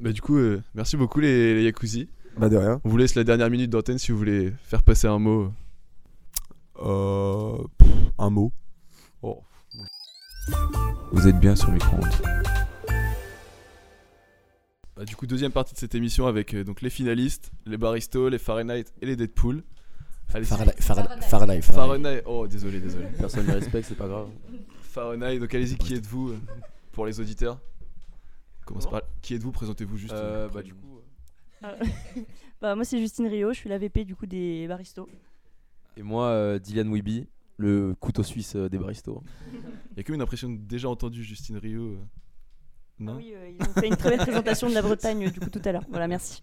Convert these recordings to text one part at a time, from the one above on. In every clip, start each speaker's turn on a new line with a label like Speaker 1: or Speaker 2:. Speaker 1: Bah, du coup, euh, merci beaucoup les, les Yakuzi.
Speaker 2: Bah de rien.
Speaker 1: On vous laisse la dernière minute d'antenne si vous voulez faire passer un mot.
Speaker 2: Euh, pff, un mot.
Speaker 3: Vous êtes bien sur micro-ondes.
Speaker 1: Bah, du coup, deuxième partie de cette émission avec euh, donc les finalistes, les Baristos, les Fahrenheit et les Deadpool. Allez,
Speaker 4: Faraday, Faraday,
Speaker 5: Faraday.
Speaker 4: Faraday, Faraday.
Speaker 1: Fahrenheit. Oh, désolé, désolé.
Speaker 6: Personne ne respecte, c'est pas grave.
Speaker 1: Fahrenheit, donc allez-y, qui êtes-vous euh, pour les auditeurs Commence
Speaker 6: Comment
Speaker 1: par qui êtes-vous Présentez-vous juste. euh,
Speaker 6: Euh, bah
Speaker 1: près
Speaker 6: du coup.
Speaker 7: Bah, moi, c'est Justine Rio, je suis la VP du coup des baristos.
Speaker 6: Et moi, euh, Dylan Wiby, le couteau suisse euh, des baristos.
Speaker 1: Il y a comme une impression de déjà entendu Justine Rio. euh. Non
Speaker 7: oui, euh, ils ont fait une très belle présentation de la Bretagne euh, du coup tout à l'heure. Voilà, merci.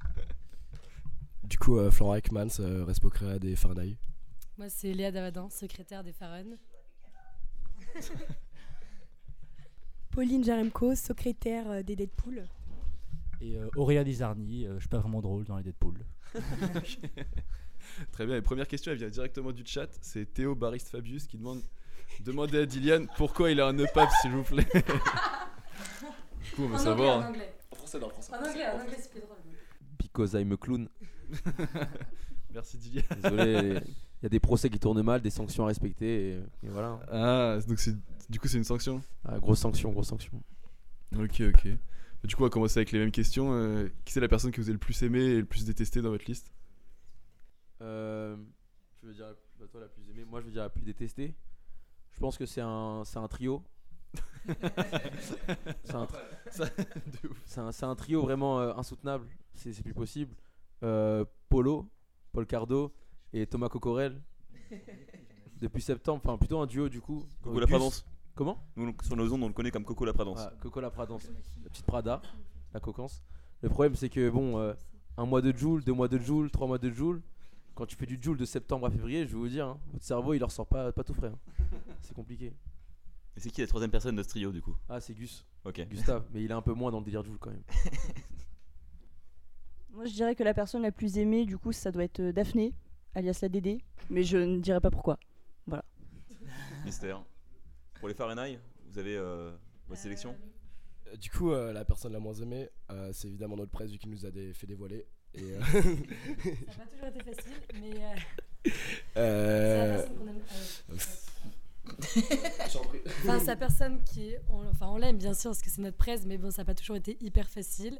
Speaker 4: Du coup, euh, Florent Ekmans, euh, Respo Créa des Faraday.
Speaker 5: Moi, c'est Léa Davadin, secrétaire des Farren.
Speaker 8: Pauline Jaremko, secrétaire euh, des Deadpool.
Speaker 9: Et euh, Auréa Lizarni, euh, je suis pas vraiment drôle dans les Deadpool.
Speaker 1: Très bien. Et première question, elle vient directement du chat. C'est Théo Bariste Fabius qui demande Demandez à Dylan pourquoi il a un nœud pape, s'il vous plaît. du coup, on veut savoir.
Speaker 5: En anglais, en anglais, en anglais, c'est plus drôle.
Speaker 6: Because I'm a clown.
Speaker 1: Merci Dylan.
Speaker 6: Désolé, il y a des procès qui tournent mal, des sanctions à respecter. Et, et voilà.
Speaker 1: Ah, donc c'est du coup c'est une sanction.
Speaker 6: Ah, grosse sanction, grosse sanction.
Speaker 1: Ok, ok. Bah, Du coup, on va commencer avec les mêmes questions. Euh, qui c'est la personne que vous avez le plus aimé et le plus détesté dans votre liste
Speaker 6: Euh, je veux dire, bah, toi la plus aimée, moi je veux dire la plus détestée. Je pense que c'est un, c'est un trio. c'est un, tri- c'est un- c'est un trio vraiment euh, insoutenable, c'est c'est plus possible. Euh, Polo, Paul Cardo et Thomas Cocorel. Depuis septembre, enfin plutôt un duo du coup.
Speaker 10: Coco
Speaker 6: Euh,
Speaker 10: la
Speaker 6: Gus-
Speaker 10: Pradence.
Speaker 6: Comment
Speaker 10: Nous, on- sur nos ondes, on le connaît comme Coco la Pradence.
Speaker 6: Voilà, Coco la Pradence, la petite Prada, la coquence. Le problème c'est que bon, euh, un mois de Joule, deux mois de Joule, trois mois de Joule. Quand tu fais du Joule de septembre à février, je vais vous dire, hein, votre cerveau il en ressort pas, pas tout frais. hein. C'est compliqué.
Speaker 10: Et c'est qui la troisième personne de ce trio du coup
Speaker 6: Ah c'est Gus,
Speaker 10: Ok.
Speaker 6: Gustave, mais il est un peu moins dans le délire Joule quand même.
Speaker 7: Moi, je dirais que la personne la plus aimée du coup, ça doit être euh, Daphné, alias la Dédé, mais je ne dirais pas pourquoi.
Speaker 10: Mystère. Pour les Fahrenheit, vous avez euh, votre sélection
Speaker 4: Euh, Du coup, euh, la personne la moins aimée, euh, c'est évidemment notre presse vu qu'il nous a dé- fait dévoiler. Et, euh,
Speaker 5: Ça n'a pas toujours été facile, mais euh, c'est la
Speaker 4: euh,
Speaker 5: personne qu'on aime. ah ouais.
Speaker 4: j'en prie.
Speaker 5: Enfin, sa personne qui est. on- enfin, on l'aime bien sûr parce que c'est notre presse, mais bon, ça n'a pas toujours été hyper facile.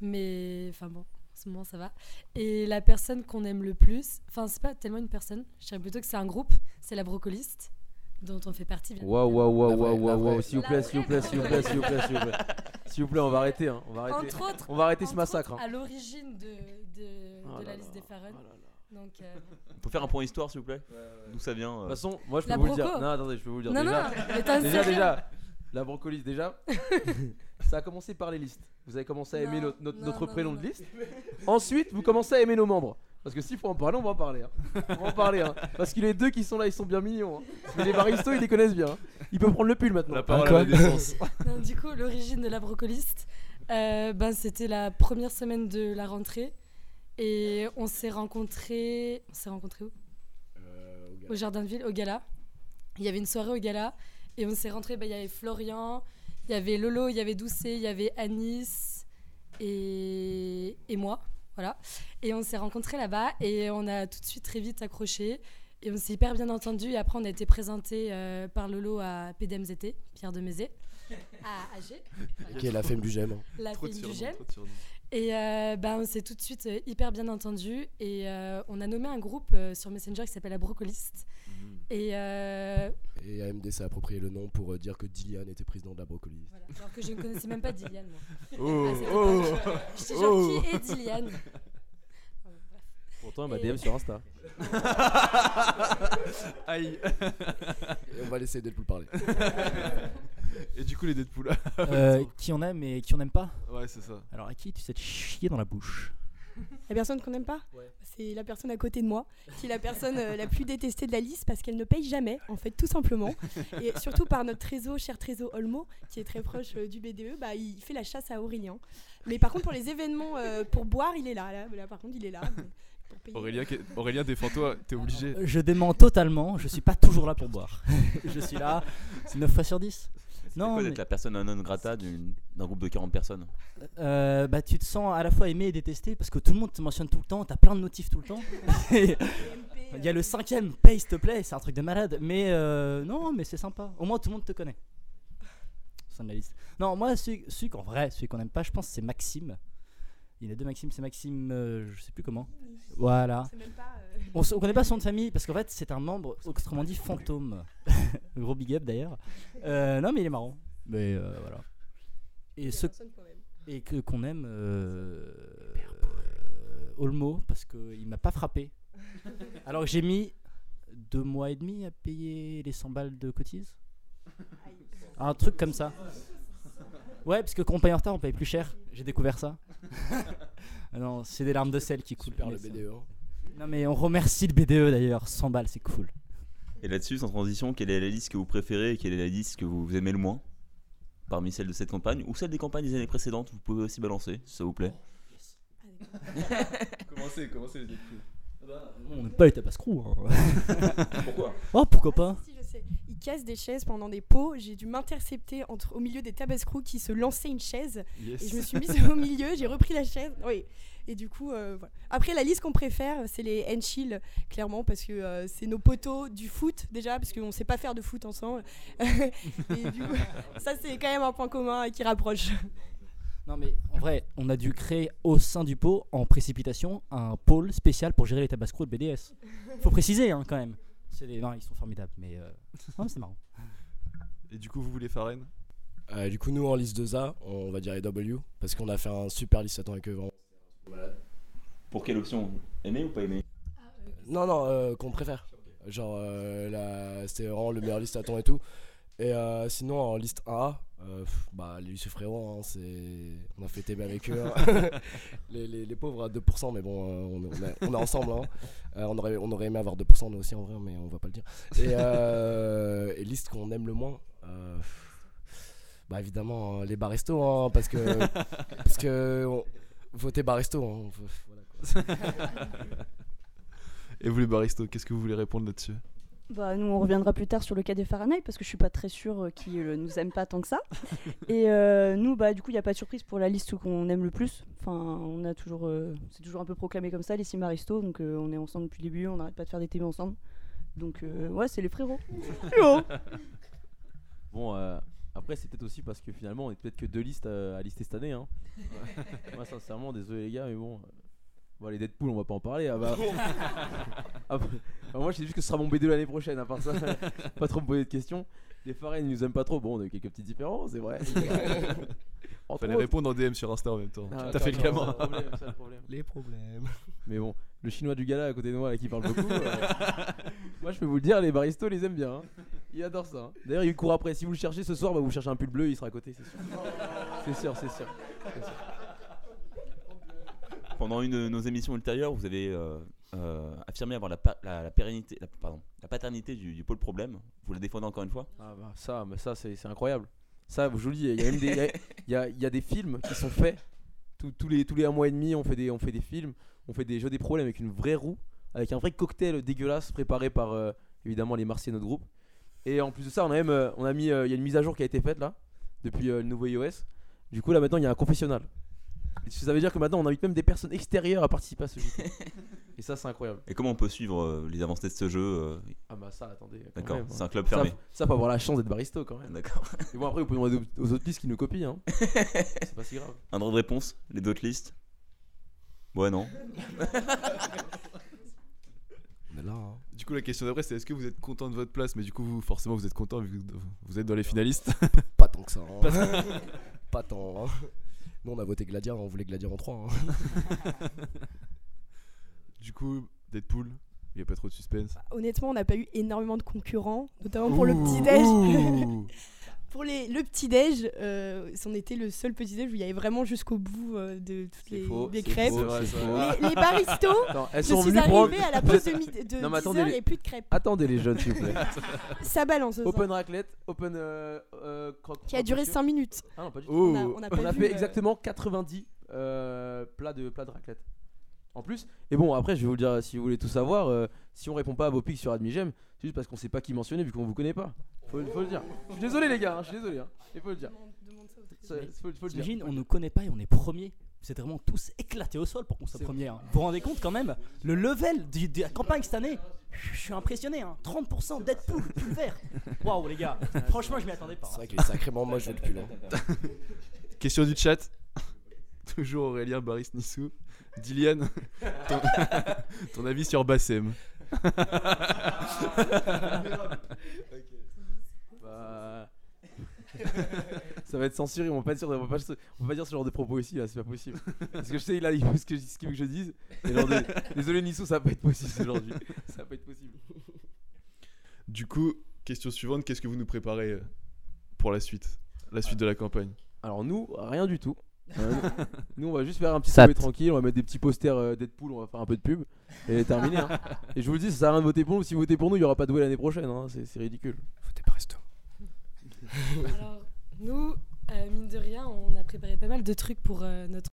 Speaker 5: Mais enfin bon, en ce moment ça va. Et la personne qu'on aime le plus, enfin, c'est pas tellement une personne, je dirais plutôt que c'est un groupe, c'est la brocoliste, dont on fait partie. bien
Speaker 6: Waouh, waouh, waouh,
Speaker 4: La vraie,
Speaker 6: waouh,
Speaker 4: la
Speaker 6: waouh, waouh,
Speaker 4: vraie.
Speaker 6: s'il vous plaît,
Speaker 5: La
Speaker 6: s'il vous
Speaker 5: vraie.
Speaker 6: plaît, s'il vous plaît, s'il vous plaît, s'il vous plaît. S'il vous plaît, on va arrêter, hein, on va
Speaker 5: évidemment.
Speaker 6: arrêter.
Speaker 5: Entre autres.
Speaker 6: On va arrêter ce
Speaker 5: entre
Speaker 6: massacre.
Speaker 5: autres,
Speaker 6: hein.
Speaker 5: À l'origine de, de,
Speaker 6: Oh là
Speaker 5: de la
Speaker 6: là,
Speaker 5: liste des Farren.
Speaker 6: oh là là.
Speaker 5: Donc, euh,
Speaker 10: On peut faire un point histoire s'il vous plaît D'où ça vient
Speaker 6: De
Speaker 10: euh,
Speaker 6: toute façon, moi je peux
Speaker 5: La
Speaker 6: vous le dire.
Speaker 5: broco.
Speaker 6: Non, attendez, je peux vous le dire
Speaker 5: non, non,
Speaker 6: déjà.
Speaker 5: non, mais t'as
Speaker 6: Déjà,
Speaker 5: sérieux
Speaker 6: déjà, la brocolis, déjà, ça a commencé par les listes. Vous avez commencé à aimer
Speaker 5: Non,
Speaker 6: notre, notre-
Speaker 5: non,
Speaker 6: notre
Speaker 5: non,
Speaker 6: prénom
Speaker 5: non,
Speaker 6: de liste. Ensuite, vous commencez à aimer nos membres. Parce que s'il faut en parler, on va en parler. hein. On va en parler. hein. Parce que les deux qui sont là, ils sont bien mignons. hein. Mais les baristos, ils les connaissent bien. hein. Ils peuvent prendre le pull maintenant.
Speaker 1: La parole
Speaker 4: quoi
Speaker 1: à la défense.
Speaker 5: Non, du coup, l'origine de la brocoliste, euh, ben, c'était la première semaine de la rentrée. Et on s'est rencontrés. On s'est rencontrés où
Speaker 4: Euh, au gars.
Speaker 5: Au jardin de ville, au gala. Il y avait une soirée au gala. Et on s'est rentrés. ben, il y avait Florian, il y avait Lolo, il y avait Doucet, il y avait Anis et, et moi. Voilà. Et on s'est rencontrés là-bas. Et on a tout de suite très vite accroché. Et on s'est hyper bien entendu. Et après, on a été présentés euh, par Lolo à PDMZT, Pierre de Mézé, à AG. voilà.
Speaker 4: Qui est la femme du GEM. hein.
Speaker 5: La
Speaker 1: Trop de
Speaker 5: fille du
Speaker 1: surnoms,
Speaker 5: gel.
Speaker 1: trop de surnoms.
Speaker 5: Et euh, bah, on s'est tout de suite euh, hyper bien entendu. Et euh, on a nommé un groupe euh, sur Messenger qui s'appelle la Brocoliste.
Speaker 1: Mm.
Speaker 5: Et euh,
Speaker 4: Et AMD s'est approprié le nom pour euh, dire que Dylan était président de la brocoli.
Speaker 5: voilà. Alors que je ne connaissais même pas Dylan, moi.
Speaker 1: Oh,
Speaker 5: Ah, c'est
Speaker 1: oh.
Speaker 5: J'étais genre, qui est Dylan
Speaker 6: Pourtant, elle
Speaker 5: m'a
Speaker 6: m'a
Speaker 5: Et- DM
Speaker 6: DM sur Insta.
Speaker 1: Aïe.
Speaker 4: Et on va laisser Deadpool parler.
Speaker 1: Et du coup, les Deadpool.
Speaker 9: Euh, qui on aime et qui on n'aime pas
Speaker 1: ouais, c'est ça.
Speaker 9: Alors à qui tu sais te chier dans la bouche
Speaker 8: La personne qu'on n'aime pas C'est la personne à côté de moi, qui est la personne euh, la plus détestée de la liste parce qu'elle ne paye jamais, en fait, tout simplement. Et surtout par notre trésor, cher trésor Olmo, qui est très proche euh, du BDE, bah, il fait la chasse à Aurélien. Mais par contre, pour les événements, euh, pour boire, il est là, là. Là, par contre, il est là. mais pour payer-
Speaker 1: Aurélien, qui- Aurélien défends-toi, t'es obligé.
Speaker 9: Je dément totalement, je suis pas toujours là pour boire. je suis là, c'est 9 fois sur 10.
Speaker 10: C'est
Speaker 9: Non,
Speaker 10: quoi
Speaker 9: mais-
Speaker 10: d'être la personne non grata d'une- d'un groupe de 40 personnes
Speaker 9: Euh, bah, tu te sens à la fois aimé et détesté parce que tout le monde te mentionne tout le temps, t'as plein de notifs tout le temps. Et
Speaker 8: euh,
Speaker 9: Il
Speaker 5: euh,
Speaker 9: y a le cinquième, paye s'il te plaît, c'est un truc de malade. Mais euh, non, mais c'est sympa. Au moins tout le monde te connaît. Au sein de la liste. Non, moi, celui, celui qu'en vrai, celui qu'on aime pas, je pense, c'est Maxime. Il y en a deux Maxime, c'est Maxime, euh, je sais plus comment. Voilà.
Speaker 5: C'est même pas.
Speaker 8: euh,
Speaker 9: On, ne connaît pas son nom de famille parce qu'en fait c'est un membre autrement dit fantôme. Gros big up d'ailleurs. Euh, non mais il est marrant. Mais euh, voilà. Et ce et que qu'on aime euh, euh, Olmo parce qu'il m'a pas frappé. Alors que j'ai mis deux mois et demi à payer les 100 balles de cotise. Un truc comme ça. Ouais parce que quand on paye en retard on paye plus cher. J'ai découvert ça. Ah non c'est des larmes de sel qui coulent.
Speaker 4: Super
Speaker 9: mais
Speaker 4: le
Speaker 9: ça-
Speaker 4: BDE.
Speaker 9: non mais on remercie le BDE d'ailleurs, 100 balles, c'est cool.
Speaker 10: Et là-dessus, sans transition, quelle est la liste que vous préférez et quelle est la liste que vous, vous aimez le moins Parmi celles de cette campagne ou celles des campagnes des années précédentes, vous pouvez aussi balancer, si ça vous plaît.
Speaker 1: Commencez, commencez les écoutes.
Speaker 9: On n'aime pas les tabascrous.
Speaker 10: Pourquoi
Speaker 9: oh pourquoi pas
Speaker 5: Ah, si, si, je sais. Il casse des chaises pendant des pots. J'ai dû m'intercepter entre au milieu des tabascrous qui se lançaient une chaise. Et je me
Speaker 1: Yes.
Speaker 5: suis mise au milieu. J'ai repris la chaise. Oui. Et du coup, euh, voilà. après la liste qu'on préfère, c'est les Enchill, clairement, parce que euh, c'est nos poteaux du foot déjà, parce qu'on sait pas faire de foot ensemble. et du coup, ça c'est quand même un point commun qui rapproche.
Speaker 9: Non mais en vrai, on a dû créer au sein du pot, en précipitation, un pôle spécial pour gérer les tabascrous de BDS. Faut préciser hein, quand même. C'est des... Non, ils sont formidables, mais... euh, non, mais c'est marrant.
Speaker 1: Et du coup, vous voulez Faren
Speaker 4: Euh, du coup, nous en liste 2A, on va dire les W, parce qu'on a fait un super liste à temps avec eux. Vraiment.
Speaker 10: Pour quelle option Aimer ou pas aimer
Speaker 4: Non, non, euh, qu'on préfère. Genre, euh, la- c'était vraiment le meilleur liste à temps et tout. Et euh, sinon, en liste 1A, euh, pff, bah, les Lucieux Frérot, hein, c'est... on a fêté bien avec eux. hein. les, les- les pauvres à 2%, mais bon, euh, on, on est- on est ensemble. hein. Euh, on, aurait, on aurait aimé avoir 2% nous aussi en vrai, mais on va pas le dire. Et, euh, et liste qu'on aime le moins. euh, bah évidemment, hein, les baristos, hein, parce que. parce que. on- votez baristo. hein, voilà, quoi.
Speaker 1: Et vous les baristos, qu'est-ce que vous voulez répondre là-dessus
Speaker 7: Bah, nous, on reviendra plus tard sur le cas des Fahrenheit parce que je suis pas très sûre euh, qu'ils euh, nous aiment pas tant que ça. Et euh, nous, bah, du coup, il n'y a pas de surprise pour la liste qu'on aime le plus. Enfin, on a toujours, euh, c'est toujours un peu proclamé comme ça, les Simaristo. Donc, euh, on est ensemble depuis le début, on n'arrête pas de faire des TV ensemble. Donc, euh, ouais, c'est les frérots. Yo
Speaker 6: Bon, euh, après, c'est peut-être aussi parce que finalement, on est peut-être que deux listes euh, à lister cette année. hein. Moi, sincèrement, désolé les gars, mais bon. euh, Bon, les Deadpool, on va pas en parler. Ah bah. Ah bah, bah, moi, je sais juste que ce sera mon B2 l'année prochaine, à part ça. pas trop me poser de questions. Les Farah, ils nous aiment pas trop. Bon, on a eu quelques petits différences, c'est vrai. Entre
Speaker 1: Fallait
Speaker 5: Oh.
Speaker 6: autres.
Speaker 1: répondre en DM sur Insta en même temps.
Speaker 6: Ah,
Speaker 1: T'as fait le
Speaker 6: attends,
Speaker 1: gamin.
Speaker 6: attends, c'est problème, c'est le problème.
Speaker 4: Les problèmes.
Speaker 6: Mais bon, le chinois du gala à côté de moi là, qui parle beaucoup. euh, moi je peux vous le dire, les baristos les aiment bien. hein. Ils adorent ça. hein. D'ailleurs, ils courent après. Si vous le cherchez ce soir, bah, vous cherchez un pull bleu, il sera à côté, c'est sûr. C'est sûr, c'est sûr.
Speaker 10: Pendant une de nos émissions ultérieures, vous avez euh, euh, affirmé avoir la, pa- la- la pérennité, la, pardon, la paternité du, du pôle problème. Vous la défendez encore une fois
Speaker 6: Ah bah, ça, mais ça c'est c'est incroyable. Ça, je vous le dis, il y a même des, il y a- il y a- il y a des films qui sont faits. Tous- tous, les, tous les un mois et demi, on fait, des, on fait des films, on fait des jeux des problèmes avec une vraie roue, avec un vrai cocktail dégueulasse préparé par euh, évidemment les Martiens de notre groupe. Et en plus de ça, on a même, euh, on a mis, euh, il y a une mise à jour qui a été faite là, depuis euh, le nouveau iOS. Du coup, là maintenant, il y a un confessionnal. Et Ça veut dire que maintenant, on invite même des personnes extérieures à participer à ce jeu. et ça, c'est incroyable.
Speaker 10: Et comment on peut suivre euh, les avancées de ce jeu euh,
Speaker 6: Ah bah ça, attendez. quand
Speaker 10: D'accord,
Speaker 6: même,
Speaker 10: c'est
Speaker 6: hein.
Speaker 10: un club
Speaker 6: ça,
Speaker 10: fermé.
Speaker 6: faut- ça, faut avoir la chance d'être baristo quand même.
Speaker 10: D'accord.
Speaker 6: Et bon, après, vous pouvez demander aux- aux autres listes qui nous copient. Hein. c'est pas si grave.
Speaker 10: Un droit de réponse Les d'autres listes Ouais, non.
Speaker 4: On est là, hein.
Speaker 1: Du coup, la question d'après, c'est est-ce que vous êtes content de votre place Mais du coup, vous, forcément, vous êtes content vu que vous êtes dans les finalistes.
Speaker 4: Pas tant que ça. hein. Pas tant. hein. Nous, on a voté Gladiator, on voulait Gladiator en hein. 3.
Speaker 1: Du coup, Deadpool, il n'y a pas trop de suspense.
Speaker 5: Honnêtement, on n'a pas eu énormément de concurrents, notamment Ah, pour le petit déj.
Speaker 1: Ouh.
Speaker 5: Pour les, le petit-déj, euh, on était le seul petit-déj où il y avait vraiment jusqu'au bout euh, de toutes les des crêpes.
Speaker 6: C'est vrai, c'est vrai.
Speaker 5: Les, les baristos,
Speaker 6: Attends, elles
Speaker 5: je
Speaker 6: sont
Speaker 5: suis
Speaker 6: venues
Speaker 5: arrivée
Speaker 6: prendre.
Speaker 5: à la pause de, mi- de
Speaker 6: Non, mais
Speaker 5: 10
Speaker 6: attendez,
Speaker 5: heures, il
Speaker 6: les-
Speaker 5: n'y avait plus de crêpes.
Speaker 6: Attendez les jeunes, s'il vous plaît.
Speaker 5: Ça balance. aux
Speaker 6: open
Speaker 5: uns.
Speaker 6: raclette, open euh, euh, croque.
Speaker 5: Qui a duré 5 minutes.
Speaker 6: Ah non, pas du tout.
Speaker 1: Oh.
Speaker 5: On a, on a
Speaker 6: On
Speaker 5: pas
Speaker 6: a
Speaker 5: vu,
Speaker 6: fait
Speaker 5: euh,
Speaker 6: exactement 90 euh, plats de plats de raclette. en plus. Et bon, après, je vais vous le dire, si vous voulez tout savoir, euh, si on répond pas à vos pics sur AdmiGem, c'est juste parce qu'on sait pas qui mentionner vu qu'on vous connaît pas. Faut, faut le dire. Je suis désolé, les gars, hein, je suis désolé. Hein. Il faut le dire. Ça, faut- faut le dire.
Speaker 9: T'imagines, on nous connaît pas et on est premier. C'est vraiment tous éclatés au sol pour qu'on soit
Speaker 6: C'est
Speaker 9: premier. hein. Vous vous rendez compte quand même Le level du- de la campagne cette année Je suis impressionné. Hein. 30% Deadpool, vert. Waouh, les gars. Franchement, je m'y attendais pas.
Speaker 4: C'est vrai qu'il est sacrément moche le pull. hein.
Speaker 1: Question du chat. Toujours Aurélien Baris Nissou. Dylian, ton, ton avis sur Bassem
Speaker 6: Bah... ça va être censuré, on va pas dire, on va pas, on va pas dire ce genre de propos ici, là, c'est pas possible. Parce que je sais, là, il veut ce que je- ce qu'il veut que je dise. Et alors, dé- désolé Nissou, ça va pas être possible aujourd'hui. Ça va pas être possible.
Speaker 1: Du coup, question suivante qu'est-ce que vous nous préparez euh, pour la suite La suite de la campagne
Speaker 6: Alors nous, rien du tout. Euh, nous, on va juste faire un petit
Speaker 9: Sat.
Speaker 6: sommet tranquille, on va mettre des petits posters euh, Deadpool, on va faire un peu de pub. Et terminé. hein. Et je vous le dis, ça sert à rien de voter pour nous. Si vous votez pour nous, il y aura pas de doué l'année prochaine. hein. C'est c'est ridicule.
Speaker 4: Votez Presto.
Speaker 11: Alors, nous, euh, mine de rien, on a préparé pas mal de trucs pour euh, notre.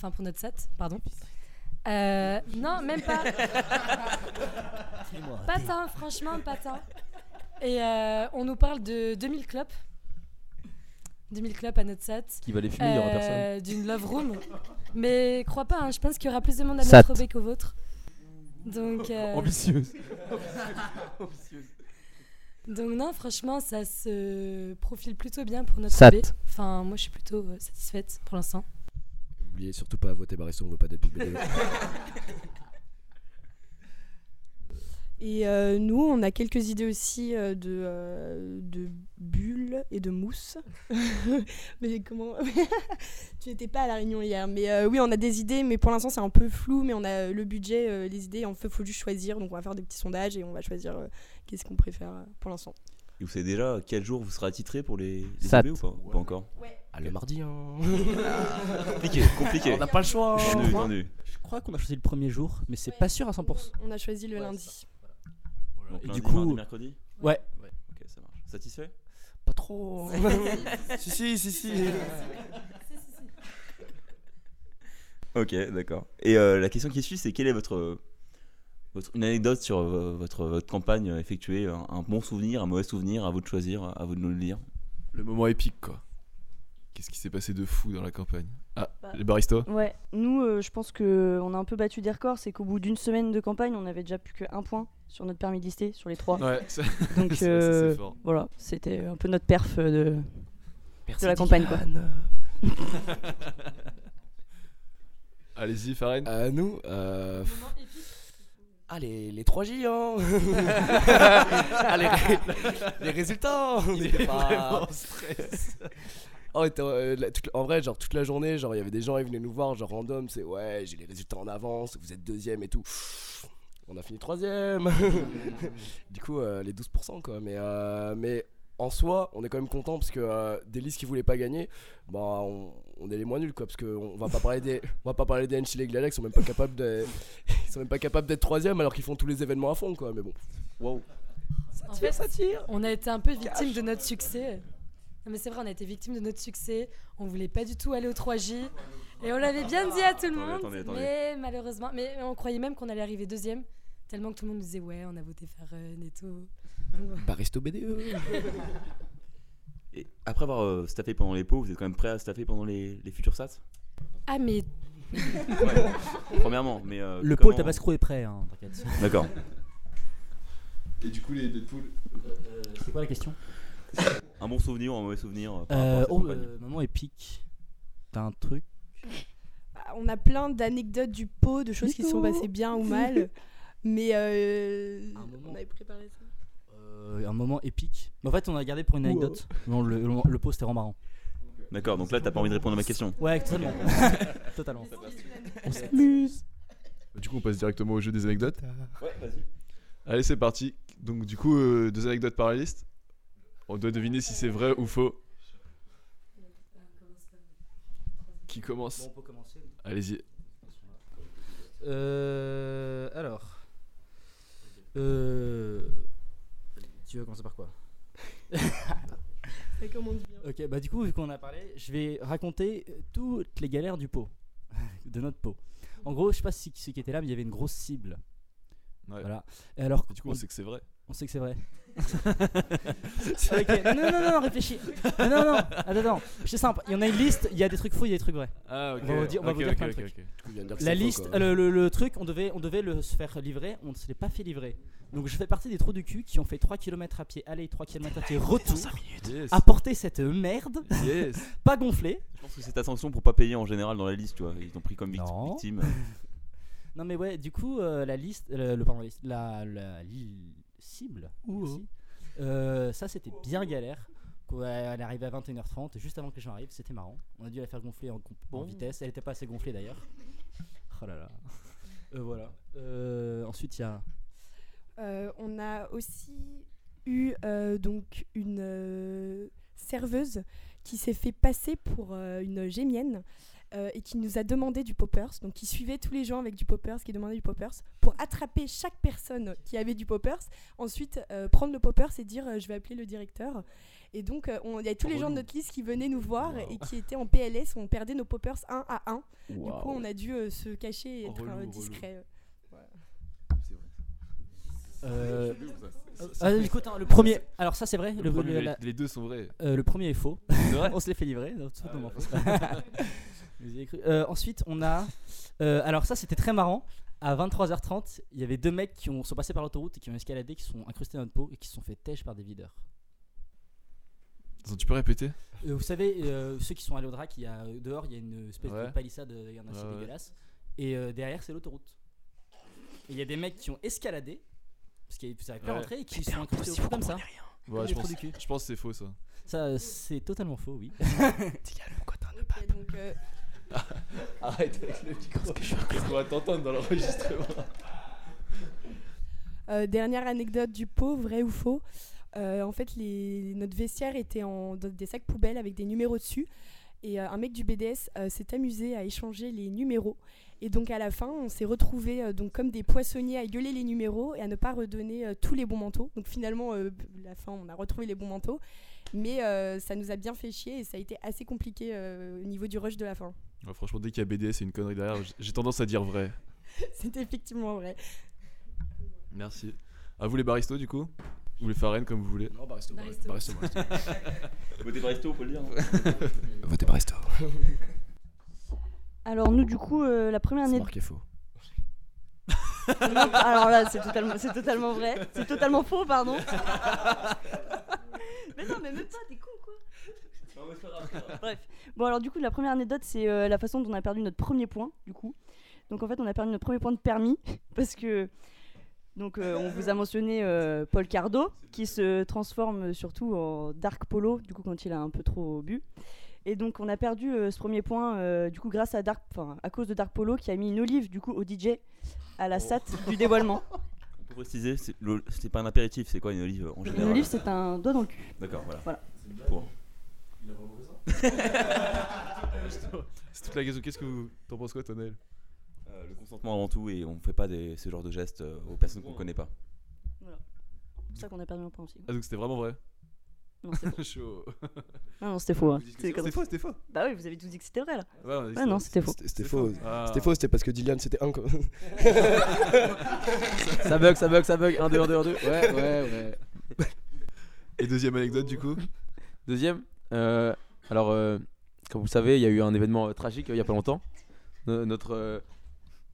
Speaker 11: Enfin, pour notre SAT, pardon. Euh, non, même pas. pas tant, franchement, pas tant. Et euh, on nous parle de 2000 clopes. 2000 clopes à notre SAT.
Speaker 6: Qui va les fumer, il y aura personne.
Speaker 11: Euh, D'une love room. Mais crois pas, hein, je pense qu'il y aura plus de monde à
Speaker 9: Sat.
Speaker 11: notre bec qu'au vôtre. Donc, euh,
Speaker 6: Ambitieuse.
Speaker 11: donc non, franchement, ça se profile plutôt bien pour notre
Speaker 9: Sat.
Speaker 11: B. Enfin, moi, je suis plutôt euh, satisfaite pour l'instant.
Speaker 4: Oubliez surtout pas à voter Baristo, on veut pas d'être BD.
Speaker 5: Et euh, nous, on a quelques idées aussi euh, de, euh, de bulles et de mousse. mais comment Tu n'étais pas à la réunion hier. Mais euh, oui, on a des idées, mais pour l'instant, c'est un peu flou. Mais on a le budget, euh, les idées. En fait, faut juste choisir. Donc, on va faire des petits sondages et on va choisir euh, qu'est-ce qu'on préfère euh, pour l'instant.
Speaker 10: Et vous savez déjà quel jour vous serez attitré pour les, les
Speaker 9: Sat.
Speaker 10: bébés ou pas Ou Pas encore.
Speaker 4: Ah, le mardi, hein.
Speaker 10: Compliqué, compliqué.
Speaker 4: On n'a pas le choix. hein.
Speaker 10: Tendu, tendu.
Speaker 9: Je crois qu'on a choisi le premier jour, mais c'est pas sûr à 100%.
Speaker 5: On a choisi le
Speaker 9: Ouais,
Speaker 5: lundi.
Speaker 10: Donc,
Speaker 9: Et
Speaker 10: lundi,
Speaker 9: du coup-
Speaker 10: mardi, mercredi
Speaker 9: Ouais.
Speaker 10: Ok, ça marche. Satisfait
Speaker 9: Pas trop. hein.
Speaker 4: si, Euh, si, si, si.
Speaker 10: Ok, d'accord. Et euh, la question qui suit, c'est quelle est votre, votre une anecdote sur euh, votre, votre campagne euh, effectuée, un, un bon souvenir, un mauvais souvenir, à vous de choisir, à vous de nous le dire.
Speaker 1: Le moment épique, quoi. Qu'est-ce qui s'est passé de fou dans la campagne Ah,
Speaker 7: Bah.
Speaker 1: les baristas
Speaker 7: Ouais, nous, euh, je pense que on a un peu battu des records. C'est qu'au bout d'une semaine de campagne, on avait déjà plus qu'un point sur notre permis de lister, sur les trois.
Speaker 1: Ouais, ça,
Speaker 7: Donc
Speaker 1: ça,
Speaker 7: euh,
Speaker 1: c'est fort.
Speaker 7: voilà, c'était un peu notre perf euh, de.
Speaker 9: Merci,
Speaker 7: De la campagne, quoi.
Speaker 9: Diane.
Speaker 1: Allez-y, Faren.
Speaker 4: Euh, nous, euh, Ah, les, les 3J, hein Ah, les, ré- les résultats On était pas... Oh, et t'as- euh, la- toute- en vrai, genre toute la journée, genre il y avait des gens, ils venaient nous voir, genre random, c'est ouais, j'ai les résultats en avance, vous êtes deuxième et tout. On a fini troisième Du coup, euh, les 12%, quoi. Mais, euh, mais en soi, on est quand même content parce que euh, des listes qui voulaient pas gagner, bah on, on est les moins nuls, quoi. Parce qu'on va pas parler des, on va pas parler des Enchilés et Glalex, ils sont même pas capables de, ils sont même pas capables d'être troisième alors qu'ils font tous les événements à fond, quoi. Mais bon.
Speaker 11: En fait, on a été un peu victime de notre succès. Non, mais c'est vrai, on a été victime de notre succès. On voulait pas du tout aller au 3J. Et on l'avait bien dit à tout le
Speaker 10: Attendez,
Speaker 11: monde.
Speaker 10: attendez, attendez.
Speaker 11: Mais malheureusement, mais on croyait même qu'on allait arriver deuxième. Tellement que tout le monde nous disait, ouais, on a voté Farren et tout.
Speaker 4: Baristo BDE.
Speaker 10: Et après avoir euh, staffé pendant les pots, vous êtes quand même prêt à staffer pendant les, les futurs sats
Speaker 11: Ah, mais
Speaker 10: Premièrement, mais. euh,
Speaker 9: Le
Speaker 10: comment-
Speaker 9: pôle Tabasco est prêt, hein, t'inquiète.
Speaker 10: D'accord.
Speaker 1: Et du coup, les Deadpool.
Speaker 9: Euh, C'est quoi la question
Speaker 10: Un bon souvenir ou un mauvais souvenir euh, par rapport à
Speaker 9: euh,
Speaker 10: cette
Speaker 9: Oh,
Speaker 10: campagne
Speaker 9: euh, moment épique. T'as un truc
Speaker 5: Ah, On a plein d'anecdotes du pot, de choses qui se sont passées bien ou mal. Mais euh,
Speaker 9: Un moment.
Speaker 5: on avait préparé ça.
Speaker 9: Euh, un moment épique. Mais en fait, on a gardé pour une anecdote. Non, le, le, le post est vraiment marrant.
Speaker 10: D'accord, donc là, t'as pas envie de répondre à ma question.
Speaker 9: Ouais, totalement. totalement.
Speaker 1: Bah, Du coup, on passe directement au jeu des anecdotes.
Speaker 10: Ouais, vas-y.
Speaker 1: Allez, c'est parti. Donc, du coup, euh, deux anecdotes par la liste. On doit deviner si c'est vrai ou faux. Qui commence
Speaker 9: peut commencer.
Speaker 1: Allez-y.
Speaker 2: Euh, alors. Euh, tu veux commencer par quoi
Speaker 5: Ça commence bien.
Speaker 9: Ok, bah du euh, coup, vu qu'on en a parlé, je vais raconter toutes les galères du pot. De notre pot. En gros, je sais pas si ceux qui étaient là, mais il y avait une grosse cible.
Speaker 1: Ouais.
Speaker 9: Voilà. Et alors,
Speaker 1: Et du coup, on sait que c'est vrai.
Speaker 9: on sait que c'est vrai. Ok, Non, non, non, non, réfléchis. Non, non, non, attends, attends. C'est simple. Il y en a une liste, il y a des trucs faux, il y a des trucs vrais.
Speaker 1: Ah, ok.
Speaker 9: On va vous dire- on va
Speaker 1: ok,
Speaker 9: vous dire
Speaker 1: ok,
Speaker 9: plein de
Speaker 1: ok,
Speaker 9: trucs.
Speaker 1: ok.
Speaker 4: Du coup, il vient de dire que
Speaker 9: La
Speaker 4: c'est faux,
Speaker 9: liste, euh,
Speaker 4: quoi.
Speaker 9: le, le- le truc, on devait, on devait le se faire livrer, on ne se l'est pas fait livrer. Donc je fais partie des trous du cul qui ont fait 3 km à pied aller, 3 km à pied retour,
Speaker 1: Yes.
Speaker 4: Ah,
Speaker 9: apporter cette merde,
Speaker 1: yes.
Speaker 9: pas gonflée.
Speaker 10: Je pense que c'est ta sanction pour pas payer en général dans la liste, tu vois. Ils t'ont pris comme vict-
Speaker 9: Non.
Speaker 10: victime.
Speaker 9: Non mais ouais, du coup euh, la liste, le, le- pardon, la liste- la, la li- cible, merci. Euh, ça c'était bien galère. Quoi, Elle est arrivée à 21h30, juste avant que les gens arrivent, c'était marrant. On a dû la faire gonfler en, comp- en vitesse, elle était pas assez gonflée d'ailleurs. Oh là là. Euh, voilà. Euh, ensuite il y a...
Speaker 5: Euh, on a aussi eu euh, donc une euh, serveuse qui s'est fait passer pour euh, une gémienne euh, et qui nous a demandé du poppers, donc qui suivait tous les gens avec du poppers, qui demandait du poppers, pour attraper chaque personne qui avait du poppers, ensuite euh, prendre le poppers et dire euh, je vais appeler le directeur. Et donc euh, on- il y a tous les gens de notre liste qui venaient nous voir et qui étaient en PLS, on perdait nos poppers un à un. Du coup on a dû euh, se cacher et être
Speaker 1: Relou,
Speaker 5: euh,
Speaker 1: relou.
Speaker 5: discret.
Speaker 9: euh,
Speaker 1: Ça- ça-
Speaker 9: ah, écoute, hein, le premier... Alors ça c'est vrai,
Speaker 1: le
Speaker 9: le,
Speaker 1: premier,
Speaker 9: le-
Speaker 1: les,
Speaker 9: la-
Speaker 1: les deux sont vrais.
Speaker 9: euh, le premier est faux.
Speaker 1: C'est vrai
Speaker 9: on se les fait livrer. non, tout le
Speaker 1: Ah
Speaker 9: monde,
Speaker 1: ouais.
Speaker 9: en fait. Vous y avez cru. Euh, ensuite, on a. euh, alors, ça, c'était très marrant. À 23h30, il y avait deux mecs qui ont, sont passés par l'autoroute et qui ont escaladé, qui sont incrustés dans notre peau et qui se sont fait têche par des videurs.
Speaker 1: Attends, tu peux répéter
Speaker 9: Euh, vous savez, euh, ceux qui sont allés au drac, il y a, euh, dehors, il y a une espèce de
Speaker 1: Ouais.
Speaker 9: palissade euh, avec un acier
Speaker 1: Ouais, ouais.
Speaker 9: dégueulasse. Et euh, derrière, c'est l'autoroute. Et il y a des mecs qui ont escaladé, parce qu'ils ne savaient pas
Speaker 1: Ouais.
Speaker 9: rentrer, et qui sont incrustés au fond comme ça.
Speaker 1: Ouais, je
Speaker 9: les trous
Speaker 1: pense,
Speaker 9: du cul.
Speaker 1: je pense que c'est faux ça.
Speaker 9: Ça, euh, c'est totalement faux, oui.
Speaker 5: Ok, donc, euh,
Speaker 1: Arrête avec le micro. Parce qu'on va t'entendre dans l'enregistrement.
Speaker 5: Euh, dernière anecdote du pot, vrai ou faux. Euh, en fait, les, notre vestiaire était en, dans des sacs poubelles avec des numéros dessus. Et euh, un mec du BDS euh, s'est amusé à échanger les numéros. Et donc à la fin, on s'est retrouvés euh, donc comme des poissonniers à gueuler les numéros et à ne pas redonner euh, tous les bons manteaux. Donc finalement, euh, à la fin, on a retrouvé les bons manteaux. Mais euh, ça nous a bien fait chier et ça a été assez compliqué euh, au niveau du rush de la fin.
Speaker 1: Ouais, franchement, dès qu'il y a BDS et une connerie derrière, j- j'ai tendance à dire vrai.
Speaker 5: C'était effectivement vrai.
Speaker 1: Merci. À vous les baristos du coup Ou les farines comme vous voulez.
Speaker 4: Non, Baristo,
Speaker 11: Baristo.
Speaker 4: Baristo, Baristo.
Speaker 10: Votez Bresto, on peut le dire. hein.
Speaker 3: Votez Bresto.
Speaker 7: Alors nous du coup euh, la première
Speaker 4: C'est
Speaker 7: année
Speaker 4: marqué faux.
Speaker 7: Non, alors là, c'est totalement, c'est totalement vrai. C'est totalement faux, pardon. mais non, mais même pas, t'es con quoi. Bref. Bon, alors du coup, la première anecdote, c'est euh, la façon dont on a perdu notre premier point, du coup. Donc en fait, on a perdu notre premier point de permis parce que. Donc euh, on vous a mentionné euh, Paul Cardo qui se transforme surtout en Dark Polo du coup quand il a un peu trop bu. Et donc on a perdu euh, ce premier point euh, du coup grâce à Dark enfin à cause de Dark Polo qui a mis une olive du coup au DJ à la SAT du dévoilement.
Speaker 10: On peut préciser, c'est le- c'est pas un apéritif, c'est quoi une olive euh, en
Speaker 7: Une
Speaker 10: général
Speaker 7: olive, c'est un doigt dans le cul.
Speaker 10: D'accord, voilà.
Speaker 7: Voilà.
Speaker 10: Pour-
Speaker 1: C'est toute la question. Qu'est-ce que vous. T'en penses quoi, Tonel
Speaker 10: Euh, le consentement avant tout, et on fait pas des, ce genre de gestes euh, aux personnes qu'on connaît pas.
Speaker 7: C'est pour ça qu'on a perdu un point aussi.
Speaker 1: Ah, donc c'était vraiment vrai
Speaker 7: Non, c'est faux.
Speaker 1: Chaud.
Speaker 7: Non, non, c'était faux. hein.
Speaker 1: Vous dites que
Speaker 7: C'est
Speaker 1: c'est-
Speaker 7: comme-
Speaker 1: C'était faux, c'était faux.
Speaker 7: Bah oui, vous avez tous dit que c'était vrai là.
Speaker 1: Ouais, on a dit
Speaker 7: Ah non, c'était faux.
Speaker 4: C'était c'était faux.
Speaker 1: Ah.
Speaker 4: C'était faux, c'était parce que Dylan c'était un. co-
Speaker 6: ça bug, ça bug, ça bug. 1, 2, 1, 2, 1, 2. Ouais, ouais, ouais.
Speaker 1: Et deuxième anecdote du coup
Speaker 6: Deuxième, euh, alors, euh, comme vous le savez, il y a eu un événement euh, tragique euh, il y a pas longtemps. No- notre, euh,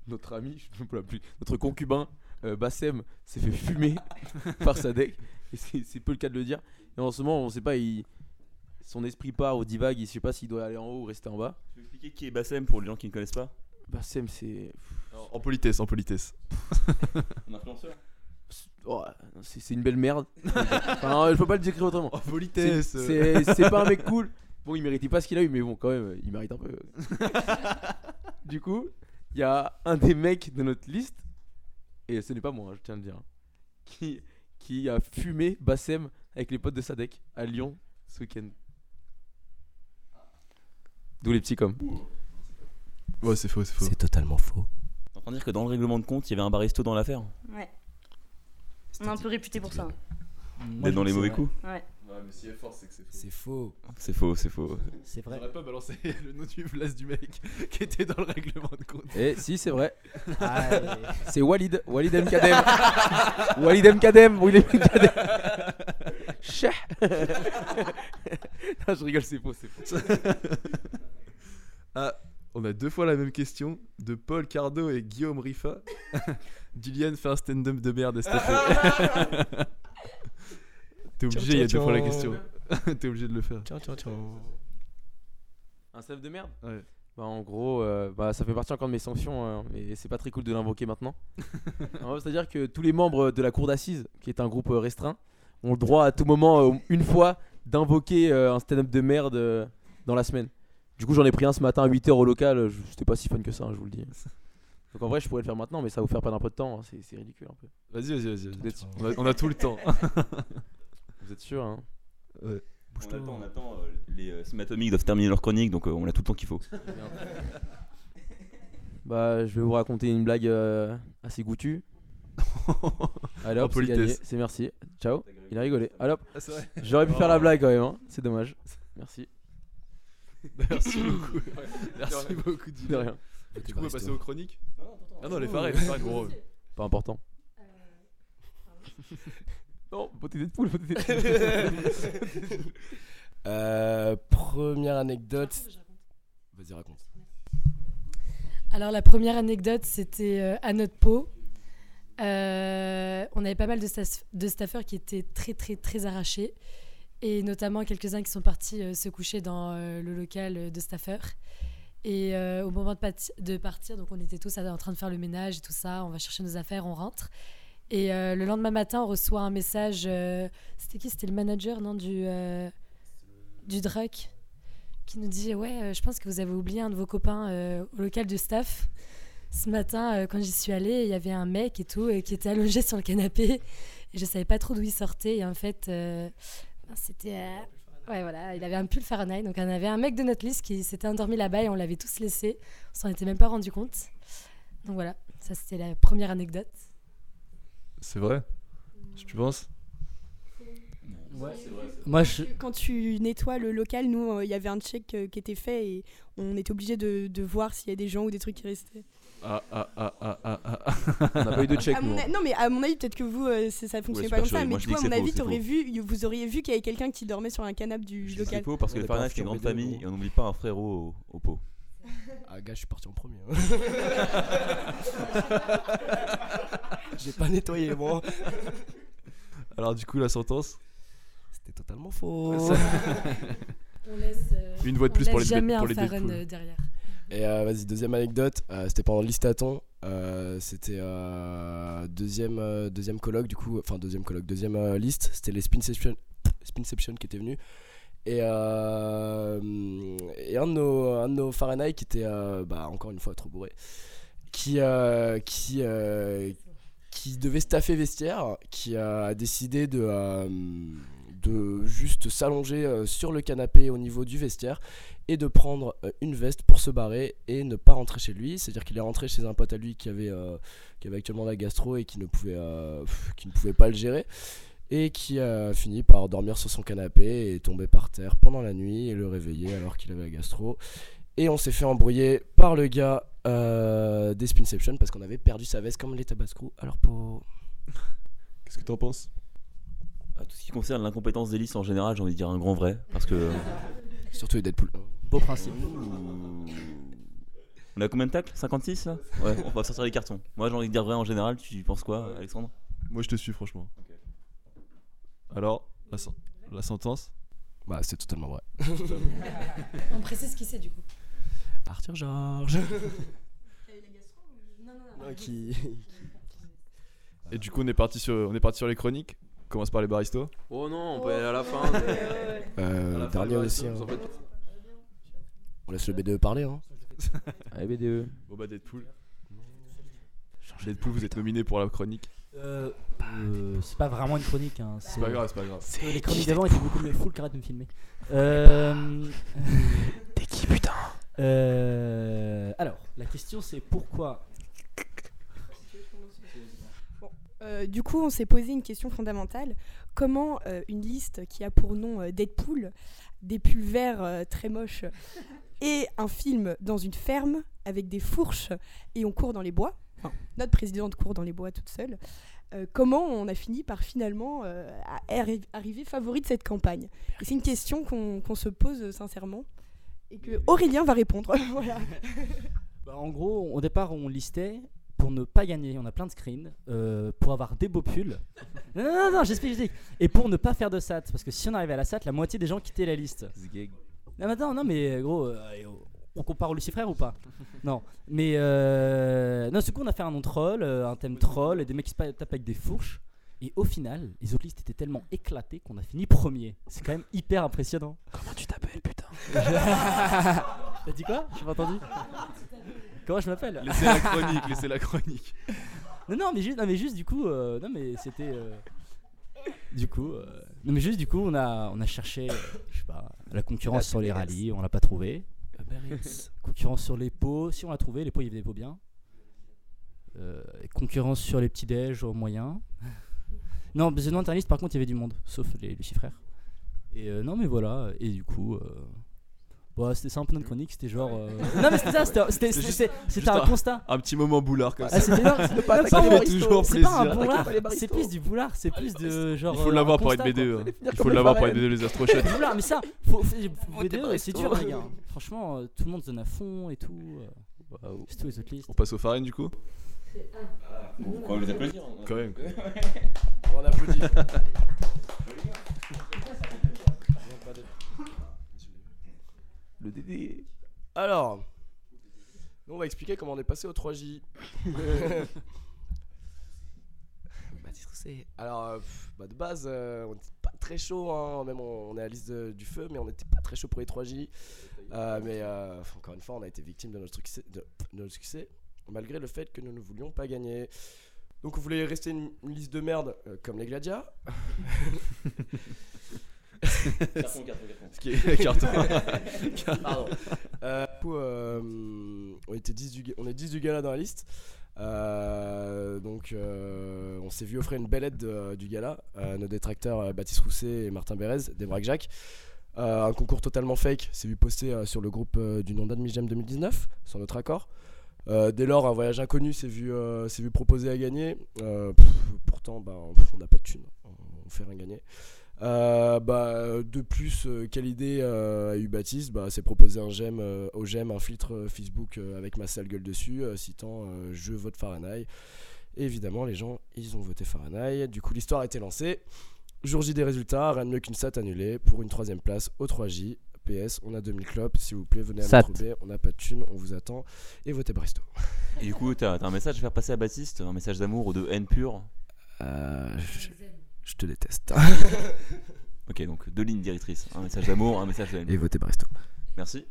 Speaker 6: notre ami, je ne plus, notre concubin, euh, Bassem, s'est fait fumer par Sadek. Et C'est c'est peu le cas de le dire. Et en ce moment, on ne sait pas, il- son esprit part ou divague. Il ne sait pas s'il doit aller en haut ou rester en bas.
Speaker 10: Tu veux expliquer qui est Bassem pour les gens qui ne connaissent pas
Speaker 6: Bassem, c'est.
Speaker 1: En politesse, en politesse.
Speaker 10: Un influenceur
Speaker 6: oh, c'est c'est une belle merde. enfin, je peux pas le décrire autrement.
Speaker 1: En
Speaker 6: C'est-
Speaker 1: politesse euh.
Speaker 6: C'est c'est pas un mec cool. Bon, il méritait pas ce qu'il a eu, mais bon, quand même, euh, il mérite un peu. du coup, il y a un des mecs de notre liste, et ce n'est pas moi, hein, je tiens à le dire, hein, qui, qui a fumé Bassem avec les potes de Sadek à Lyon ce week-end. D'où les petits comme.
Speaker 1: Ouais, c'est faux, c'est faux.
Speaker 4: totalement faux.
Speaker 10: T'es en train de dire que dans le règlement de compte, il y avait un baristo dans l'affaire
Speaker 7: Ouais. On est un peu réputé pour ça. hein.
Speaker 9: Moi,
Speaker 10: D'être
Speaker 9: je
Speaker 10: dans
Speaker 9: dis
Speaker 10: les
Speaker 9: que
Speaker 10: mauvais
Speaker 9: c'est vrai.
Speaker 10: coups
Speaker 7: Ouais.
Speaker 10: Ouais,
Speaker 1: mais si elle force, c'est que c'est faux.
Speaker 4: C'est faux.
Speaker 10: C'est faux, c'est faux.
Speaker 9: C'est vrai.
Speaker 1: J'aurais pas balancé le nom du place du mec qui était dans le règlement de compte.
Speaker 6: Et Eh, si, c'est vrai.
Speaker 9: Ah, Allez.
Speaker 6: C'est Walid. Walid M. Kadem. Walid M. Kadem. Walid M. Kadem. Chah. non, je rigole, c'est faux, c'est faux.
Speaker 1: Ah, on a deux fois la même question de Paul Cardo et Guillaume Riffa. Julian fait un stand-up de merde, est-ce que t'as fait T'es obligé, il y a deux fois la question. T'es obligé de le faire.
Speaker 10: Tiens, tiens, tiens.
Speaker 6: Un self de merde
Speaker 1: Ouais.
Speaker 6: Bah, en gros, euh, bah, ça fait partie encore de mes sanctions, euh, mais c'est pas très cool de l'invoquer maintenant. En gros, C'est-à-dire que tous les membres de la cour d'assises, qui est un groupe euh, restreint, ont le droit à tout moment, euh, une fois, d'invoquer euh, un stand-up de merde euh, dans la semaine. Du coup, j'en ai pris un ce matin à 8h au local, euh, je- c'était pas si fun que ça, hein, je vous le dis. Donc en vrai, je pourrais le faire maintenant, mais ça va vous faire perdre un peu de temps, hein, c'est c'est ridicule un peu.
Speaker 1: Vas-y, vas-y, vas-y. vas-y.
Speaker 6: Vous êtes,
Speaker 1: On, a- on a tout le temps.
Speaker 6: vous êtes sûr, hein
Speaker 10: On attend, on attend. euh, les euh, Simatomiques doivent terminer leur chronique, donc euh, on a tout le temps qu'il faut.
Speaker 6: Bah, je vais vous raconter une blague euh, assez goûtue. Allez hop, c'est
Speaker 1: politesse.
Speaker 6: gagné, c'est merci. Ciao. Il a rigolé. Allez hop,
Speaker 1: Ah, c'est vrai.
Speaker 6: j'aurais pu faire la blague quand même, hein. c'est dommage. Merci.
Speaker 1: Merci beaucoup. Merci beaucoup,
Speaker 6: De
Speaker 1: Dylan.
Speaker 6: rien.
Speaker 1: Du coup, on va passer aux chroniques Ah non, les phares, les phares, gros.
Speaker 6: Pas important. Non, beauté de poule, beauté de
Speaker 4: Euh, première anecdote. Vas-y, raconte.
Speaker 5: Alors la première anecdote, c'était euh, à notre pot. Euh, on avait pas mal de, staff- de staffeurs qui étaient très très très arrachés et notamment quelques-uns qui sont partis euh, se coucher dans euh, le local euh, de staffeurs. Et euh, au moment de, pati- de partir, donc on était tous en train de faire le ménage et tout ça, on va chercher nos affaires, on rentre. Et euh, le lendemain matin, on reçoit un message. euh, c'était qui C'était le manager, non Du, euh, du Druck qui nous dit Ouais, euh, je pense que vous avez oublié un de vos copains euh, au local de staff. Ce matin, euh, quand j'y suis allée, il y avait un mec et tout euh, qui était allongé sur le canapé. Et je savais pas trop d'où il sortait. Et en fait, euh, ben, c'était. euh, Ouais, voilà, il avait un pull Fahrenheit. Donc, on avait un mec de notre liste qui s'était endormi là-bas et on l'avait tous laissé. On s'en était même pas rendu compte. Donc, voilà, ça c'était la première anecdote.
Speaker 1: C'est vrai Tu penses
Speaker 9: Moi, je.
Speaker 7: Quand tu nettoies le local, nous, euh, il y avait un check euh, qui était fait et on était obligé de, de voir s'il y a des gens ou des trucs qui restaient.
Speaker 1: Ah, ah, ah, ah, ah, ah.
Speaker 6: On n'a pas eu de check,
Speaker 7: À
Speaker 6: nous.
Speaker 7: mon
Speaker 6: hein.
Speaker 7: a- Non, mais à mon avis, peut-être que vous, euh, c'est- ça fonctionnait
Speaker 10: Ouais,
Speaker 7: pas comme
Speaker 10: super
Speaker 7: ça,
Speaker 10: chaud.
Speaker 7: mais
Speaker 10: Moi, je
Speaker 7: tu
Speaker 10: dis
Speaker 7: vois, à
Speaker 10: que
Speaker 7: mon
Speaker 10: c'est
Speaker 7: avis,
Speaker 10: faux,
Speaker 7: t'aurais
Speaker 10: c'est
Speaker 7: vu, vous auriez vu qu'il y avait quelqu'un qui dormait sur un canapé du
Speaker 10: C'est
Speaker 7: local.
Speaker 10: faux parce que
Speaker 4: On
Speaker 10: les
Speaker 4: est pas
Speaker 10: Fahrenheit, c'est une grande
Speaker 4: affirmés deux,
Speaker 10: famille
Speaker 4: gros.
Speaker 10: et on n'oublie pas un frérot au, au pot.
Speaker 4: Ah, gars, je suis parti en premier. J'ai pas nettoyé, moi.
Speaker 1: Alors, du coup, la sentence
Speaker 4: C'était totalement faux.
Speaker 5: On laisse.
Speaker 1: Une voix de plus pour les
Speaker 5: jamais
Speaker 1: pour
Speaker 5: un
Speaker 1: les
Speaker 5: Farren
Speaker 1: Deadpool.
Speaker 5: euh, derrière.
Speaker 4: Et euh, vas-y, deuxième anecdote, euh, c'était pendant l'Istaton, euh, c'était euh, deuxième, euh, deuxième colloque, du coup, enfin deuxième colloque, deuxième euh, liste, c'était les Spinception, Spinception qui étaient venus. Et, euh, et un, de nos, un de nos Fahrenheit qui était, euh, bah, encore une fois, trop bourré, qui, euh, qui, euh, qui devait staffer vestiaire, qui euh, a décidé de, euh, de juste s'allonger euh, sur le canapé au niveau du vestiaire et de prendre euh, une veste pour se barrer et ne pas rentrer chez lui. C'est-à-dire qu'il est rentré chez un pote à lui qui avait, euh, qui avait actuellement la gastro et qui ne pouvait, euh, pff, qui ne pouvait pas le gérer. Et qui a fini par dormir sur son canapé et tomber par terre pendant la nuit et le réveiller alors qu'il avait la gastro. Et on s'est fait embrouiller par le gars euh, des Spinception parce qu'on avait perdu sa veste comme les Tabasco. Alors pour.
Speaker 1: Qu'est-ce que t'en penses
Speaker 10: Ah, tout ce qui concerne l'incompétence d'Élise en général, j'ai envie de dire un grand vrai parce que. euh,
Speaker 4: Surtout les Deadpool.
Speaker 9: Beau principe.
Speaker 10: On a combien de tacles 56 là Ouais, on va sortir les cartons. Moi j'ai envie de dire vrai en général, tu penses quoi Alexandre
Speaker 1: Moi, je te suis, franchement. Alors, la, sen- la sentence
Speaker 4: Bah, c'est totalement vrai.
Speaker 5: On précise qui c'est du coup.
Speaker 4: Arthur Georges.
Speaker 5: Non, non,
Speaker 4: qui...
Speaker 1: Et du coup, on est parti sur, on est parti sur les chroniques. On commence par les baristos.
Speaker 6: Oh non, on peut aller à la fin.
Speaker 1: À la fin,
Speaker 4: dernier
Speaker 1: les baristos,
Speaker 4: aussi. hein.
Speaker 1: vous en faites-
Speaker 4: On laisse le B2 parler. Hein.
Speaker 6: Allez, BDE.
Speaker 1: Bon, bah, Deadpool. Deadpool, vous êtes nominé pour la chronique.
Speaker 9: Euh, euh, c'est pas vraiment une chronique. Hein.
Speaker 1: C'est pas grave, c'est pas grave.
Speaker 9: Euh, les chroniques d'avant étaient beaucoup mieux. Full carré de me filmer. Euh,
Speaker 12: T'es qui, putain
Speaker 9: euh, alors, la question c'est pourquoi.
Speaker 5: Euh, du coup, on s'est posé une question fondamentale. Comment euh, une liste qui a pour nom euh, Deadpool, des pulls verts euh, très moches et un film dans une ferme avec des fourches et on court dans les bois, enfin, notre présidente court dans les bois toute seule, euh, comment on a fini par finalement euh, à arri- arriver favori de cette campagne Et C'est une question qu'on qu'on se pose euh, sincèrement et que Aurélien va répondre. voilà.
Speaker 9: Bah, en gros, au départ, on listait pour ne pas gagner. On a plein de screens euh, pour avoir des beaux pulls. non, non, non, non, j'explique, j'explique. Et pour ne pas faire de SAT, parce que si on arrivait à la SAT, la moitié des gens quittaient la liste. Non, mais attends, non, mais gros, euh, allez, on- on compare au Lucifer ou pas Non, mais euh, non, ce coup, on a fait un nom troll, euh, un thème troll, et des mecs qui se pa- tapent avec des fourches. Et au final, les autres listes étaient tellement éclatées qu'on a fini premier. C'est quand même hyper impressionnant. Comment tu t'appelles, putain T'as dit quoi J'ai pas entendu. Comment je m'appelle
Speaker 1: Laissez la chronique, laissez la chronique.
Speaker 9: Non, non, mais juste, non, mais juste du coup, euh, non, mais c'était. euh, du coup, euh, non, mais juste du coup, on a, on a cherché, euh, je sais pas, la concurrence sur les rallyes, on l'a pas trouvé. concurrence sur les pots, si on l'a trouvé, les pots, il y avait des pots bien. Euh, et concurrence sur les petits déj au moyen. non, mais non Interliste, par contre, il y avait du monde, sauf les Lucifrères. Et euh, non, mais voilà, et du coup. euh, bah, c'était ça un peu notre chronique, c'était genre. euh, Non, mais c'était ça, c'était- c'était
Speaker 1: C'était juste-
Speaker 9: c'était-
Speaker 1: juste
Speaker 9: c'était un constat.
Speaker 1: Un petit moment boulard comme
Speaker 9: Ah,
Speaker 1: ça.
Speaker 9: c'était non, c'est-
Speaker 1: Le
Speaker 9: non,
Speaker 1: pâte,
Speaker 9: pas
Speaker 1: ça fait
Speaker 9: un-
Speaker 1: toujours
Speaker 9: C'est pas un
Speaker 1: plaisir.
Speaker 9: boulard,
Speaker 1: Attaquer les baristos.
Speaker 9: c'est plus du boulard, c'est plus de genre.
Speaker 1: Il faut
Speaker 9: euh,
Speaker 1: l'avoir
Speaker 9: un
Speaker 1: pour être
Speaker 9: constat,
Speaker 1: BDE.
Speaker 9: quoi.
Speaker 1: hein. Il faut l'avoir pour être BDE les astrochètes.
Speaker 9: Du boulard, mais ça, faut, faut- BDE,
Speaker 6: baristos.
Speaker 9: c'est dur, les gars. Franchement, euh, tout le monde se donne à fond et tout. euh, C'est tout les autres listes.
Speaker 1: On passe aux farines du coup
Speaker 10: On va les applaudir.
Speaker 1: Quand même.
Speaker 4: On applaudit.
Speaker 6: Le DD.
Speaker 4: Alors, nous, on va expliquer comment on est passé au 3J. Bah, dis ce que c'est. Alors, euh, pff, bah, de base, euh, on n'était pas très chaud, hein. même on, on est à la liste de- du feu, mais on n'était pas très chaud pour les 3J. Euh, mais euh, enfin, encore une fois, on a été victime de notre, succès, de, de notre succès, malgré le fait que nous ne voulions pas gagner. Donc, on voulait rester une, une liste de merde euh, comme les Gladias.
Speaker 10: Carton, carton, carton.
Speaker 1: Ce qui est- carton.
Speaker 4: Pardon. Euh, du coup, euh, on, était 10 du, ga- on est 10 du gala dans la liste. Euh, donc, euh, on s'est vu offrir une belle aide de- du gala. Euh, nos détracteurs euh, Baptiste Rousset et Martin Bérez, des Braque Jacques. Euh, un concours totalement fake s'est vu posté euh, sur le groupe euh, du nom d'Admis Jam 2019, sans notre accord. Euh, dès lors, un voyage inconnu s'est vu, euh, s'est vu proposer à gagner. Euh, pff, pourtant, bah, on- pff, on n'a pas de thunes, on, on fait rien gagner. Euh, bah, de plus, euh, quelle idée euh, a eu Baptiste bah, C'est proposer un j'aime euh, au j'aime, un filtre euh, Facebook euh, avec ma sale gueule dessus, euh, citant euh, Je vote Fahrenheit. Et évidemment, les gens, ils ont voté Fahrenheit. Du coup, l'histoire a été lancée. Jour J des résultats, rien de mieux qu'une SAT annulée pour une troisième place au 3J. PS, on a 2000 clopes, s'il vous plaît, venez à
Speaker 6: Sat.
Speaker 4: notre B, on n'a pas de thunes, on vous attend. Et votez Bristo.
Speaker 10: Et du coup, t'as t'as un message à faire passer à Baptiste, un message d'amour ou de haine pure.
Speaker 4: je, Euh, je te déteste.
Speaker 10: Ok, donc deux lignes directrices. Un message d'amour, un message de haine.
Speaker 4: Et votez Bristo.
Speaker 10: Merci.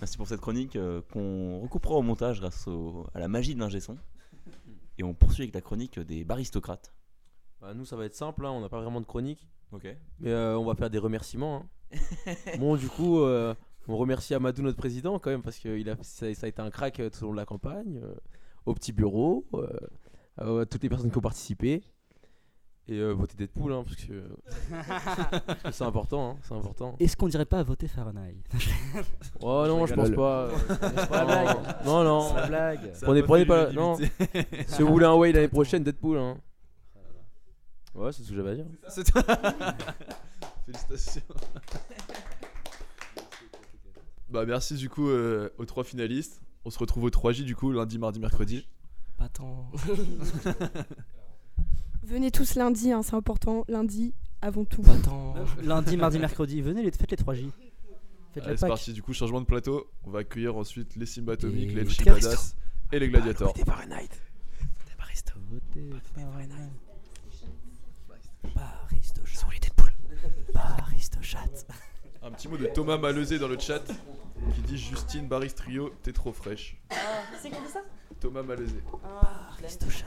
Speaker 10: Merci pour cette chronique euh, qu'on recoupera au montage grâce au- à la magie de l'ingé son. Et on poursuit avec la chronique des baristocrates.
Speaker 6: Bah, nous, ça va être simple, hein, on n'a pas vraiment de chronique.
Speaker 10: Ok.
Speaker 6: Mais euh, on va faire des remerciements. hein. bon, du coup, euh, on remercie Amadou, notre président, quand même, parce que il a, ça, ça a été un crack euh, tout au long de la campagne, euh, au petit bureau, euh, euh, à toutes les personnes qui ont participé. Et euh, voter Deadpool, hein, parce que parce que c'est important, hein, c'est important.
Speaker 9: Est-ce qu'on dirait pas à voter Fahrenheit
Speaker 6: Oh non, je pense
Speaker 4: rigole.
Speaker 6: pas. euh,
Speaker 9: C'est pas la blague.
Speaker 6: non, non.
Speaker 9: C'est la blague.
Speaker 6: Prenez, prenez pas. Non. si vous voulez un way l'année prochaine, Deadpool. Hein. Ouais, c'est ce que j'avais à dire.
Speaker 1: Félicitations. Bah merci du coup euh, aux trois finalistes. On se retrouve au 3J du coup lundi, mardi, mercredi.
Speaker 4: Pas tant.
Speaker 5: Venez tous lundi, hein, c'est important, lundi avant tout.
Speaker 4: Pas tant.
Speaker 9: Lundi, mardi, mercredi, venez, les- faites les 3J. Faites
Speaker 1: Allez,
Speaker 9: la
Speaker 1: c'est
Speaker 9: Pâques.
Speaker 1: parti du coup changement de plateau. On va accueillir ensuite les Symbatomiques,
Speaker 9: Et
Speaker 1: les
Speaker 9: les
Speaker 1: Chibadas et les Gladiators.
Speaker 3: Des Fahrenheit.
Speaker 9: Votez Fahrenheit.
Speaker 3: Sous les Deadpool. Baristochat.
Speaker 1: Un petit mot de Thomas Malezé dans le chat qui dit Justine Baristrio, t'es trop fraîche.
Speaker 7: Ah, C'est comme ça
Speaker 1: Thomas Malezé.
Speaker 3: Baristochat.